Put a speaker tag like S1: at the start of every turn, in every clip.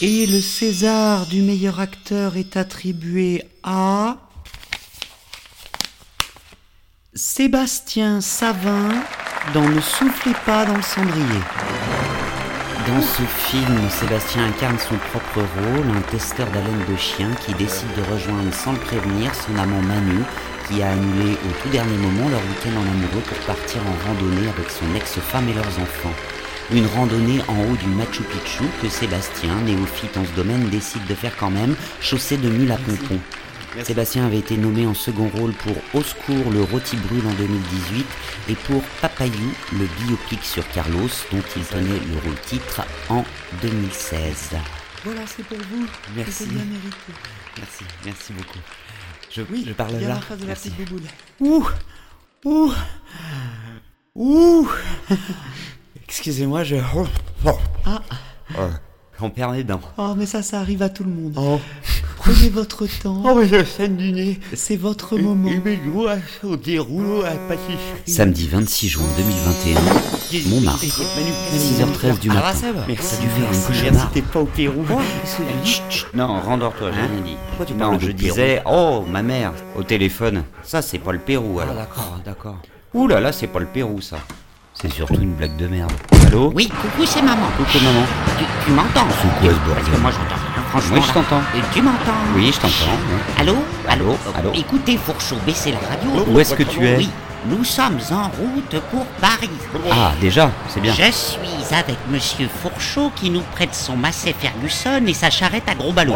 S1: Et le César du meilleur acteur est attribué à Sébastien Savin dans Ne soufflez pas dans le cendrier.
S2: Dans ce film, Sébastien incarne son propre rôle, un testeur d'haleine de chien qui décide de rejoindre sans le prévenir son amant Manu, qui a annulé au tout dernier moment leur week-end en amoureux pour partir en randonnée avec son ex-femme et leurs enfants. Une randonnée en haut du Machu Picchu que Sébastien, néophyte en ce domaine, décide de faire quand même, chaussé de mules à pompons. Sébastien avait été nommé en second rôle pour Au secours, le rôti brûle en 2018 et pour Papayou, le biopic sur Carlos dont il tenait le rôle titre en 2016.
S1: Voilà, c'est pour vous.
S2: Merci.
S1: C'était bien mérité.
S2: Merci, merci beaucoup. Je,
S1: Oui,
S2: je parle
S1: il y a
S2: là.
S1: la phrase de la
S2: Merci.
S1: petite bouboule. Ouh Ouh Ouh
S2: Excusez-moi, je.
S1: Ah,
S2: Euh, On perd les dents.
S1: oh, mais ça, ça arrive à tout le monde.
S2: Oh,
S1: Prenez votre temps,
S2: mais je saigne du nez.
S1: c'est votre moment.
S2: au dérouleau à Samedi 26 juin 2021, Montmartre, 6h13
S1: Ah,
S2: du matin. Merci. T'as dû faire un cauchemar.
S1: t'es pas au Pérou.
S2: Chut, chut. Non, rendors-toi, j'ai
S1: Hein
S2: rien dit.
S1: Pourquoi tu parles
S2: Non,
S1: de
S2: je
S1: Pérou
S2: disais, oh, ma mère, au téléphone. Ça, c'est pas le Pérou, alors.
S1: d'accord, d'accord.
S2: Ouh là là, c'est pas le Pérou, ça. C'est surtout une blague de merde. Allô
S3: Oui, coucou, c'est maman.
S2: Coucou, maman.
S3: Tu, tu m'entends
S2: C'est quoi ce
S3: Parce que
S2: bordel
S3: moi j'entends rien, franchement.
S2: Oui, je
S3: là.
S2: t'entends.
S3: Et Tu m'entends
S2: Oui, je t'entends.
S3: Allô
S2: Allô Allô
S3: Écoutez, Fourchot, baissez la radio.
S2: Où est-ce que tu es
S3: Oui, nous sommes en route pour Paris.
S2: Ah, déjà, c'est bien.
S3: Je suis avec Monsieur Fourchot qui nous prête son Massey Ferguson et sa charrette à gros ballot.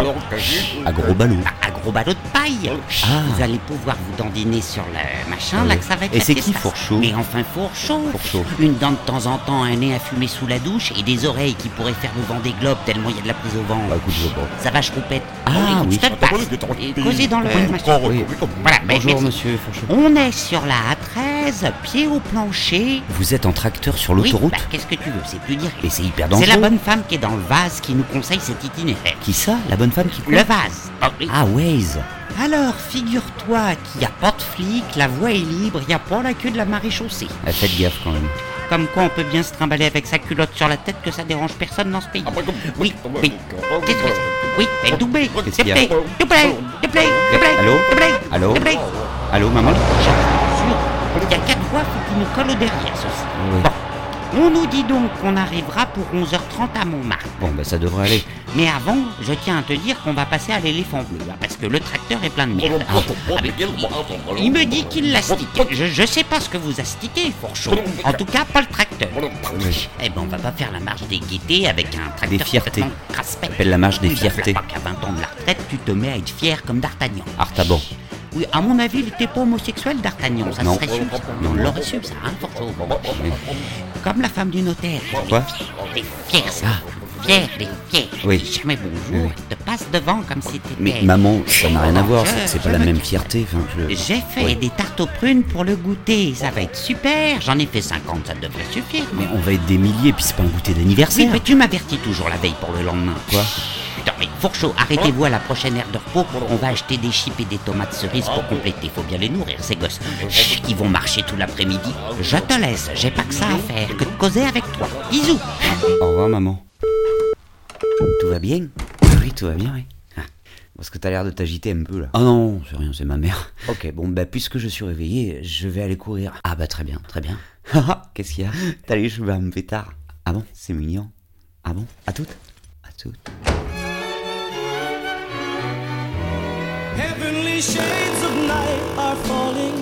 S2: À gros ballot. Ah.
S3: À gros ballot de paille. Oh. Vous allez pouvoir vous dandiner sur le machin, là
S2: oui.
S3: que ça va être
S2: Et
S3: la
S2: c'est qui
S3: fiesta.
S2: Fourchot
S3: Mais enfin Fourchot.
S2: Fourchot.
S3: Une dent de temps en temps, un nez à fumer sous la douche et des oreilles qui pourraient faire le vent des globes tellement il y a de la prise au vent.
S2: Bah, écoute, je vois pas.
S3: Ça va, je roupette.
S2: Ah,
S3: Bon, écoute,
S2: oui.
S3: je te le passe. Et causez dans le machin.
S2: Oui.
S3: Voilà, Ah, mais-
S2: Bonjour,
S3: mais-
S2: monsieur Fourchot.
S3: On est sur la A13, pied au plancher.
S2: Vous êtes en tracteur sur
S3: Oui,
S2: l'autoroute
S3: bah, qu'est-ce que tu veux C'est plus dire.
S2: Et c'est hyper
S3: C'est
S2: dangereux.
S3: la bonne femme qui est dans le vase qui nous conseille cet itinéraire.
S2: Qui ça La bonne femme qui
S3: Le vase. Bon, oui.
S2: Ah, Waze.
S3: Alors, figure-toi qu'il n'y a pas de flic, la voie est libre, il n'y a pas la queue de la marée chaussée.
S2: Ah, Faites gaffe quand même.
S3: Comme quoi on peut bien se trimballer avec sa culotte sur la tête que ça dérange personne dans ce pays. Oui, oui. Qu'est-ce que c'est Oui, mais doublé.
S2: Qu'est-ce qu'il y a
S3: Doublé, doublé, doublé, doublé,
S2: Allô
S3: doublé,
S2: Allô
S3: doublé.
S2: Allô, maman
S3: Sûr. Il y a quatre fois faut qu'il nous colle au derrière, ceci.
S2: Oui.
S3: Bon. On nous dit donc qu'on arrivera pour 11h30 à Montmartre.
S2: Bon, bah ça devrait aller.
S3: Mais avant, je tiens à te dire qu'on va passer à l'éléphant bleu, là, parce que le tracteur est plein de merde. Ah, mais il, il me dit qu'il l'astique. Je, je sais pas ce que vous astiquez, Fourchot. En tout cas, pas le tracteur.
S2: Oui.
S3: Eh ben, on va pas faire la marche des gaietés avec un tracteur
S2: Des fiertés.
S3: complètement craspec.
S2: Appelle la marche des
S3: Oui, j'appelle
S2: fiertés.
S3: pas qu'à 20 ans de la retraite, tu te mets à être fier comme D'Artagnan.
S2: Artaban.
S3: Oui, à mon avis, il était pas homosexuel, D'Artagnan. Ça
S2: Non.
S3: serait sûr. ça.
S2: Non.
S3: On l'aurait su, ça, hein, Fourchot. Comme la femme du notaire.
S2: Quoi
S3: Elle est fière, ça. Fière, elle est fière. Elle
S2: Ah. Oui.
S3: dit jamais bonjour.
S2: Oui.
S3: Elle te passe devant comme si t'étais...
S2: Mais maman, ça n'a rien à voir. c'est-
S3: Je-
S2: C'est
S3: je
S2: pas la
S3: me
S2: même
S3: calme.
S2: fierté. enfin, je-
S3: J'ai fait
S2: Oui.
S3: des tartes aux prunes pour le goûter. Ça va être super. J'en ai fait 50, ça devrait suffire.
S2: Mais on va être des milliers, puis c'est pas un goûter
S3: Oui,
S2: d'anniversaire.
S3: mais tu m'avertis toujours la veille pour le lendemain.
S2: Quoi
S3: Putain, mais Fourchot, arrêtez-vous à la prochaine aire de repos. On va acheter des chips et des tomates cerises pour compléter. Faut bien les nourrir, ces gosses. Chut, Ils vont marcher tout l'après-midi. Je te laisse. J'ai pas que ça à faire que de causer avec toi. Bisous.
S2: Au revoir, maman. Tout va bien Oui, tout va bien, oui. Ah, Parce que t'as l'air de t'agiter un peu là. Ah non, c'est rien, c'est ma mère. Ok, bon, bah puisque je suis réveillé, je vais aller courir. Ah bah très bien, très bien. Ah, Qu'est-ce qu'il y a T'as les cheveux à me pétard. Ah bon, c'est mignon. Ah bon À toutes À toutes.
S4: Heavenly shades of night are falling.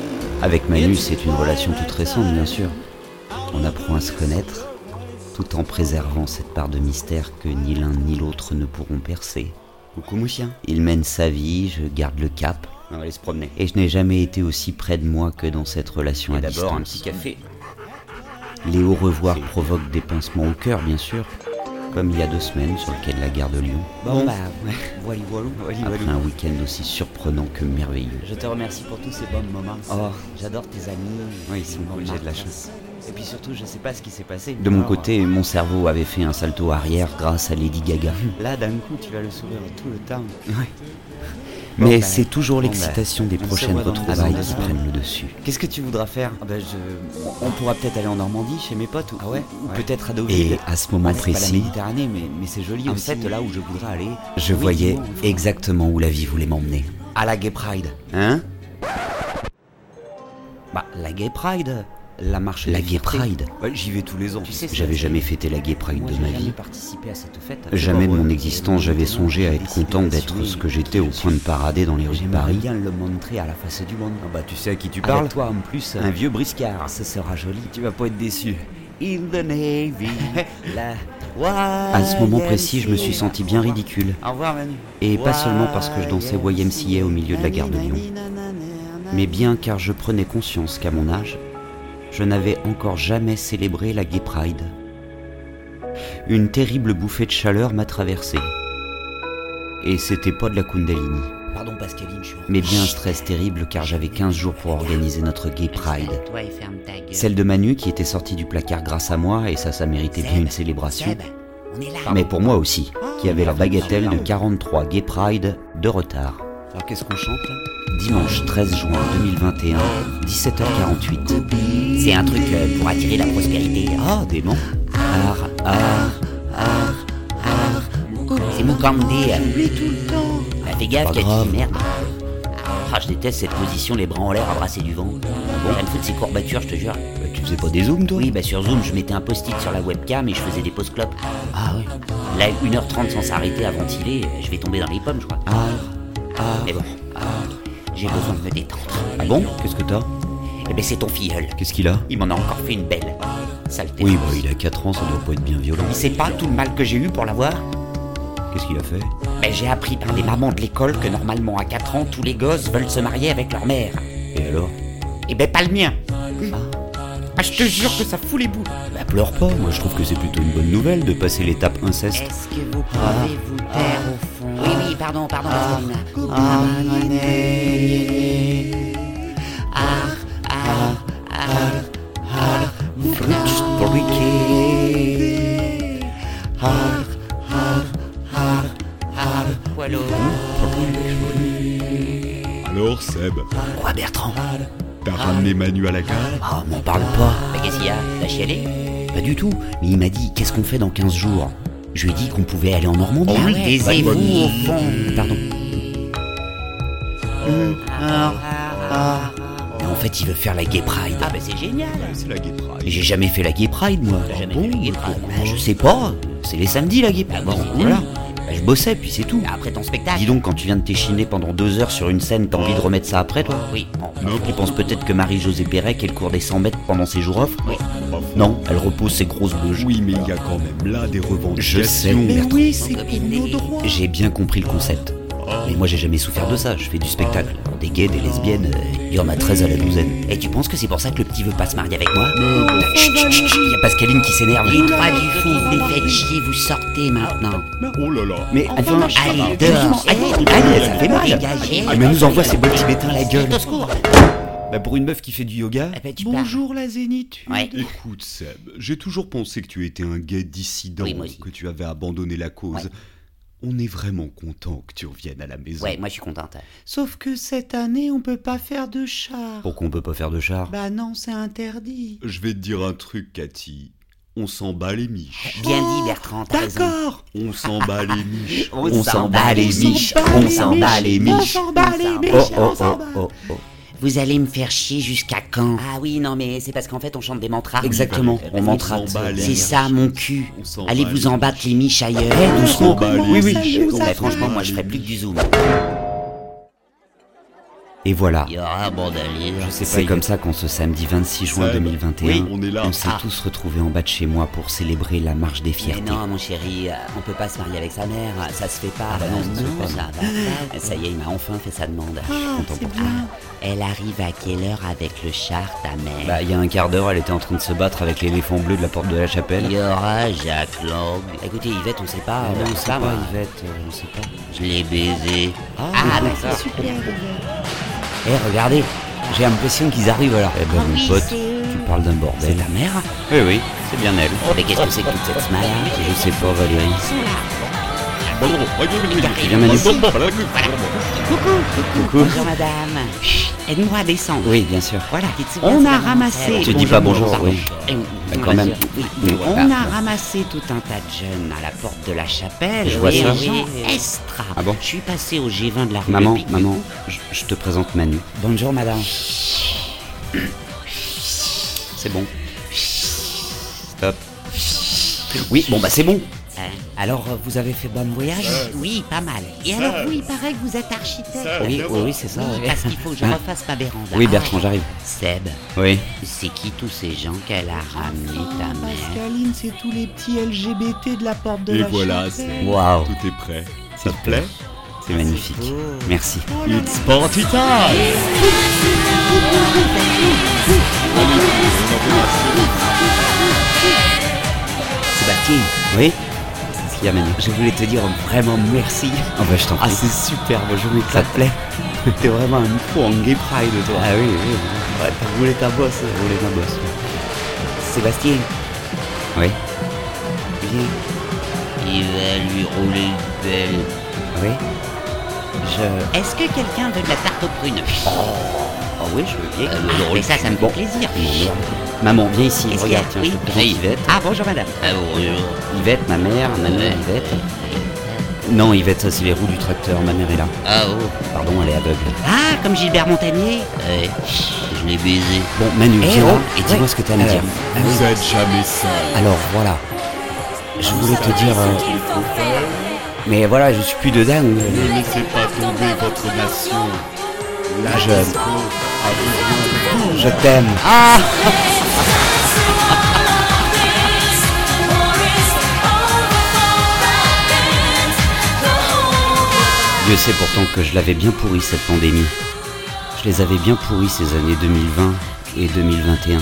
S2: Avec Manu, c'est une relation toute récente, bien sûr. On apprend à se connaître, tout en préservant cette part de mystère que ni l'un ni l'autre ne pourront percer. Coucou Mouchien. Il mène sa vie, je garde le cap. On va aller se promener. Et je n'ai jamais été aussi près de moi que dans cette relation à distance.
S5: café.
S2: Les hauts revoirs provoquent des pincements au cœur, bien sûr. Comme il y a deux semaines sur le quai de la gare de Lyon.
S5: Bon, bah, voilà,
S2: Après un week-end aussi surprenant que merveilleux.
S5: Je te remercie pour tous ces bons moments.
S2: Oh.
S5: j'adore tes amis.
S2: Oui, ils sont
S5: Bon,
S2: cool, j'ai de la
S5: Marc.
S2: chance.
S5: Et puis surtout, je sais pas ce qui s'est passé. mais
S2: De mon
S5: alors,
S2: côté, mon cerveau avait fait un salto arrière grâce à Lady Gaga.
S5: Là, d'un coup, tu as le sourire tout le temps.
S2: Ouais. Mais
S5: Bon,
S2: c'est
S5: ben,
S2: toujours
S5: bon,
S2: l'excitation
S5: ben,
S2: des
S5: on se
S2: prochaines
S5: voit dans deux
S2: retrouvailles
S5: ans, deux
S2: qui
S5: ans.
S2: prennent le dessus.
S5: Qu'est-ce que tu voudras faire Ah bah, je- on- On pourra peut-être aller en Normandie chez mes potes ou, ah ouais, ou peut-être à Deauville.
S2: Et à ce moment
S5: Ah, c'est Pas la
S2: précis,
S5: Méditerranée, mais, mais c'est joli
S2: Ah,
S5: aussi.
S2: peut-être
S5: là où je voudrais aller.
S2: je voyais exactement où la vie voulait m'emmener.
S5: À la Gay Pride.
S2: Hein Ah,
S5: Bah, la Gay Pride. La marche.
S2: La
S5: des
S2: Gay
S5: libertés.
S2: Pride.
S5: Ouais, J'y vais tous les ans.
S2: Tu sais, J'avais jamais fêté la Gay Pride
S5: Moi,
S2: de
S5: j'ai
S2: ma
S5: jamais
S2: vie.
S5: participé à cette fête. euh,
S2: Jamais de
S5: Moi,
S2: mon
S5: ouais.
S2: existence j'avais songé à être content d'être ce que j'étais au point de parader dans les rues de
S5: J'aimerais
S2: Paris.
S5: bien le montrer à la face du monde.
S2: Bah tu sais à qui tu
S5: Avec toi en plus,
S2: Un vieux briscard.
S5: ce sera joli, tu vas pas être déçu. In the Navy, la
S2: À ce moment précis, je me suis senti bien ridicule.
S5: Au revoir Manu.
S2: Et pas seulement parce que je dansais YMCA au milieu de la gare de Lyon, mais bien car je prenais conscience qu'à mon âge, je n'avais encore jamais célébré la Gay Pride. Une terrible bouffée de chaleur m'a traversé. Et c'était pas de la Kundalini,
S5: Pardon Pascaline, je suis
S2: mais bien un stress terrible car j'avais 15 jours pour organiser notre Gay Pride.
S3: Toi et ferme ta gueule.
S2: Celle de Manu qui était sortie du placard grâce à moi et ça, ça méritait bien une célébration.
S3: Seb, on est là.
S2: Mais pour moi aussi, qui avait la bagatelle de 43 Gay Pride de retard.
S5: Alors qu'est-ce qu'on chante là
S2: Dimanche 13 juin 2021, 17h48.
S3: C'est un truc euh, pour attirer la prospérité.
S2: Ah, dément Ar, ar,
S3: C'est mon camp des. J'oublie tout le temps. Bah, fais gaffe,
S2: Pas
S3: Cathy,
S2: grave.
S3: merde. Ah, je déteste cette position, les bras en l'air, à brasser du vent. Bon, elle me fout de ces courbatures, je te jure.
S2: Ah Bah, tu faisais pas des zooms, toi
S3: Oui, bah sur Zoom, je mettais un post-it sur la webcam et je faisais des pauses clopes. Ah ouais. Là, 1h30 sans s'arrêter à ventiler, euh, je vais tomber dans les pommes, je crois.
S2: Ar, ar.
S3: Mais bon, j'ai besoin de me détendre.
S2: Ah bon Qu'est-ce que t'as
S3: Eh ben, c'est ton filleul.
S2: Qu'est-ce qu'il a
S3: Il m'en a encore fait une belle. Saleté.
S2: Oui, bah, il a 4 ans, ça doit pas être bien violent.
S3: Il sait pas tout le mal que j'ai eu pour l'avoir.
S2: Qu'est-ce qu'il a fait
S3: Ben, j'ai appris par des mamans de l'école que normalement à 4 ans, tous les gosses veulent se marier avec leur mère.
S2: Et alors
S3: Eh ben pas le mien. Ah, je te jure que ça fout les boules.
S2: Bah, pleure pas, moi je trouve que c'est plutôt une bonne nouvelle de passer l'étape inceste.
S3: Est-ce que vous
S2: Ah.
S3: pouvez vous taire au fond Ah. Oui, oui, pardon, pardon. Catherine.
S2: Ah.
S3: Ah.
S2: Ah. Ah.
S3: Voilà.
S6: Alors Seb,
S2: Quoi, Bertrand
S3: Ah.
S6: t'as ramené Manu à la gare
S2: Ah, m'en parle pas
S3: Bah, qu'est-ce qu'il y a T'as chialé
S2: Pas du tout. Mais il m'a dit, qu'est-ce qu'on fait dans 15 jours Je lui ai dit qu'on pouvait aller en Normandie. Bah,
S3: Ah ouais, taisez-vous au fond.
S2: Pardon. Mais en fait, il veut faire la Gay Pride.
S3: Ah, bah c'est génial.
S6: C'est la Gay Pride.
S2: Mais j'ai jamais fait la Gay Pride, moi.
S3: T'as jamais fait la Gay Pride
S2: Bah, Je sais pas. C'est les samedis, la Gay Pride. Ah
S3: bon
S2: voilà. Bah, je bossais, puis c'est tout.
S3: Après ton
S1: Ah.
S3: spectacle.
S2: Dis donc, quand tu viens de t'échiner pendant deux heures sur une scène, t'as envie de remettre ça après, toi
S3: Oui, bon.
S6: Non,
S2: Tu penses peut-être que Marie-Josée Pérec, elle court des 100 mètres pendant ses jours off
S3: Oui.
S6: pas fou.
S2: Non, elle repose ses grosses bouges.
S6: Oui, mais il y a quand même là des
S2: Je sais,
S6: revendications.
S2: Bertrand.
S1: Oui, c'est
S3: Comme
S1: pour
S3: une
S1: nos
S3: délire.
S1: droits.
S2: J'ai bien compris le concept.
S6: Oh.
S2: Mais moi, j'ai jamais souffert de ça. Je fais du spectacle. Des gays, des lesbiennes, euh, il y en a 13 à la douzaine.
S3: Et tu penses que c'est pour ça que le petit veut pas se marier avec moi
S1: Oh,
S2: Chut, chut, chut, chut, Il y a Pascaline qui s'énerve.
S3: Les trois du fou, vous les faites chier, vous sortez maintenant.
S6: Oh là là.
S2: Mais enfin,
S3: Allez, dehors, allez,
S2: allez, ça fait mal.
S3: Dégagez.
S2: Elle nous envoie ces bols tibétains à la gueule.
S3: Au secours.
S2: Bah, pour une meuf qui fait du yoga.
S3: Eh ben, tu pars.
S1: Bonjour la zénitude.
S3: Ouais.
S6: Écoute Seb, j'ai toujours pensé que tu étais un gay dissident,
S3: Oui, moi aussi.
S6: que tu avais abandonné la cause.
S3: Ouais.
S6: On est vraiment content que tu reviennes à la maison.
S3: Ouais, moi je suis contente.
S1: Sauf que cette année, on peut pas faire de char.
S3: Oh.
S2: Pourquoi on peut pas faire de char
S1: Bah non, c'est interdit.
S6: Je vais te dire un truc, Cathy. On s'en bat les miches.
S3: Bien dit Bertrand, t'as raison.
S1: Oh. D'accord.
S6: On s'en bat les miches.
S2: On s'en bat les miches. On s'en bat les
S1: On
S2: miches.
S1: s'en bat les miches.
S2: Oh,
S1: On
S2: oh,
S1: s'en
S2: oh,
S1: bat.
S2: oh, oh.
S3: Vous allez me faire chier jusqu'à quand Ah oui, non mais c'est parce qu'en fait on chante des mantras.
S2: Exactement, on
S6: mentrat.
S2: m'entrate.
S3: C'est ça mon cul.
S6: On s'en
S3: Allez
S6: bat
S3: vous
S6: les Eh,
S3: en battre les miches ailleurs.
S6: doucement.
S1: Oui, oui.
S3: Bon, bah, franchement, moi je ferai plus que du zoom.
S2: Et voilà.
S3: Il y aura un bon délire.
S2: C'est comme ça qu'on ce samedi 26 juin
S6: Seb,
S2: 2021,
S6: oui, on est là.
S2: s'est
S3: Ah.
S2: tous retrouvés en bas de chez moi pour célébrer la marche des
S3: Mais
S2: fiertés.
S3: non, mon chéri, euh, on peut pas se marier avec sa mère, ça se fait pas.
S2: bah non, ça se fait pas,
S3: ça va pas. Ça y est, il m'a enfin fait sa demande. Je suis content pour toi. Elle arrive à quelle heure avec le char, ta mère
S2: Bah, il y a un quart d'heure, elle était en train de se battre avec l'éléphant bleu de la porte de la
S3: Il
S2: chapelle.
S3: y aura Jacques Lang. Écoutez, Yvette, on sait pas.
S2: Ah,
S3: euh,
S2: on
S3: on
S2: sait pas,
S3: moi.
S2: Yvette, euh, on sait pas.
S3: Je l'ai baisé. Ah, d'accord.
S2: Eh, regardez, j'ai l'impression qu'ils arrivent là. Eh ben, mon pote, tu parles d'un bordel. Oh, C'est ta mère Oui, oui, c'est bien elle. hein
S3: Mais qu'est-ce que c'est que toute cette semaine
S2: Je sais pas, Valérie.
S3: Ils sont là. Égaré.
S2: Viens, Manu.
S3: Coucou, coucou. Bonjour madame. Chut, Aide-moi à descendre.
S2: Oui, bien sûr.
S3: Voilà, qui te souvient,
S7: On
S3: c'est
S7: a
S3: la grande
S7: ramassé-
S3: affaire.
S2: Tu dis pas bonjour,
S3: pardon.
S2: oui.
S3: Eh,
S2: Mais quand même.
S3: oui.
S2: Oui.
S3: On
S2: Ah,
S3: a ramassé tout un tas de jeunes à la porte de la chapelle.
S2: Je vois
S3: et
S2: ça.
S3: Jean
S2: Oui,
S3: Estra.
S2: Ah bon
S3: Je suis passé au G20 de la rue
S2: Maman,
S3: Le Pic.
S2: maman, je, je te présente Manu.
S7: Bonjour madame.
S2: C'est bon. Stop. Oui, bon bah c'est bon.
S3: Hein
S7: Alors euh, vous avez fait bon voyage
S3: Oui, pas mal. Et alors, oui, il paraît que vous êtes architecte.
S2: Oui, oui, oui, c'est ça.
S3: Oui,
S2: oui.
S3: parce qu'il faut que je
S2: Hein
S3: refasse ma véranda.
S7: Ah,
S2: Oui, Bertrand, j'arrive.
S3: Seb,
S2: Oui.
S3: c'est qui tous ces gens qu'elle a ramenés, ta mère
S1: Pascaline, c'est tous les petits LGBT de la porte de
S6: Et
S1: la
S6: voilà,
S1: chapelle.
S6: c'est-
S2: Waouh,
S6: Tout est prêt. Ça
S2: S'il
S6: te
S2: te
S6: plaît
S2: c'est magnifique. Merci.
S6: It's party time
S2: Sébastien. Oui. Qu'est-ce qu'il y a Manu
S7: Je voulais te dire vraiment merci.
S2: Oh bah je t'en
S7: Ah,
S2: prie.
S7: c'est superbe, je voulais
S2: Ça te plaît
S7: T'es vraiment un micro en gay pride, toi.
S2: Ah oui, oui, oui.
S7: Ouais, t'as roulé ta bosse.
S2: Vous voulez ma bosse
S7: Sébastien,
S2: Oui.
S7: viens.
S3: Il va lui rouler une belle.
S2: Oui.
S7: Je.
S3: Est-ce que quelqu'un veut de la tarte aux prunes
S2: Oh oui, je veux bien.
S3: Ah, Mais ça, ça me fait plaisir.
S2: Maman, viens ici.
S3: Est-ce
S2: Regarde,
S3: qu'il y
S2: tiens,
S3: a-
S2: je te présente
S3: oui.
S2: Yvette.
S3: Ah, bonjour madame. Ah, bonjour.
S2: Yvette, ma mère, ma mère, Yvette. Non, Yvette, ça c'est les roues du tracteur. Ma mère est là.
S3: Ah, oh.
S2: Pardon, elle est aveugle.
S3: Ah, comme Gilbert Montagnier Ouais, je l'ai baisé.
S2: Bon, Manu,
S3: Eh
S2: viens
S3: oh,
S2: là et dis-moi
S3: ouais.
S2: ce que t'as à me
S3: Alors,
S2: dire.
S6: Vous êtes jamais seul
S2: Alors voilà. Je voulais te dire. euh, mais voilà, je suis plus euh, de dingue.
S6: Ne laissez pas tomber votre nation La
S2: jeune.
S6: disco a besoin de vous
S2: Je t'aime. Dieu sait pourtant que je l'avais bien pourri cette pandémie. Je les avais bien pourris ces années 2020 et 2021.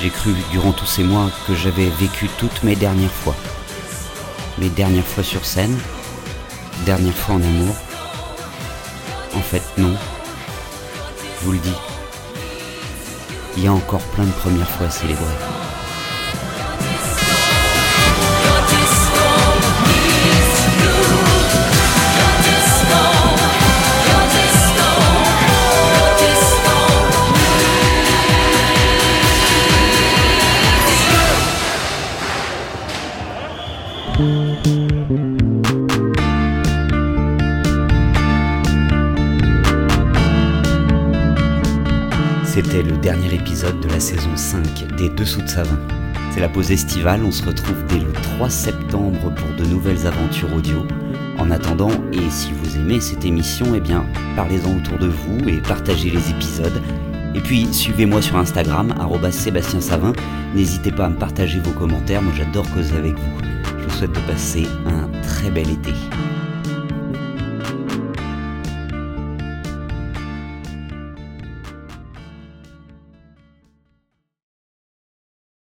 S2: J'ai cru durant tous ces mois que j'avais vécu toutes mes dernières fois. Mes dernières fois sur scène, dernière fois en amour. En fait, non. Je vous le dis. Il y a encore plein de premières fois à célébrer. C'était le dernier épisode de la saison 5 des Dessous de Savin. C'est la pause estivale, on se retrouve dès le 3 septembre pour de nouvelles aventures audio. En attendant, et si vous aimez cette émission, eh bien, parlez-en autour de vous et partagez les épisodes. Et puis, suivez-moi sur Instagram, arobase Sébastien Savin. N'hésitez pas à me partager vos commentaires, moi j'adore causer avec vous. Je vous souhaite de passer un très bel été.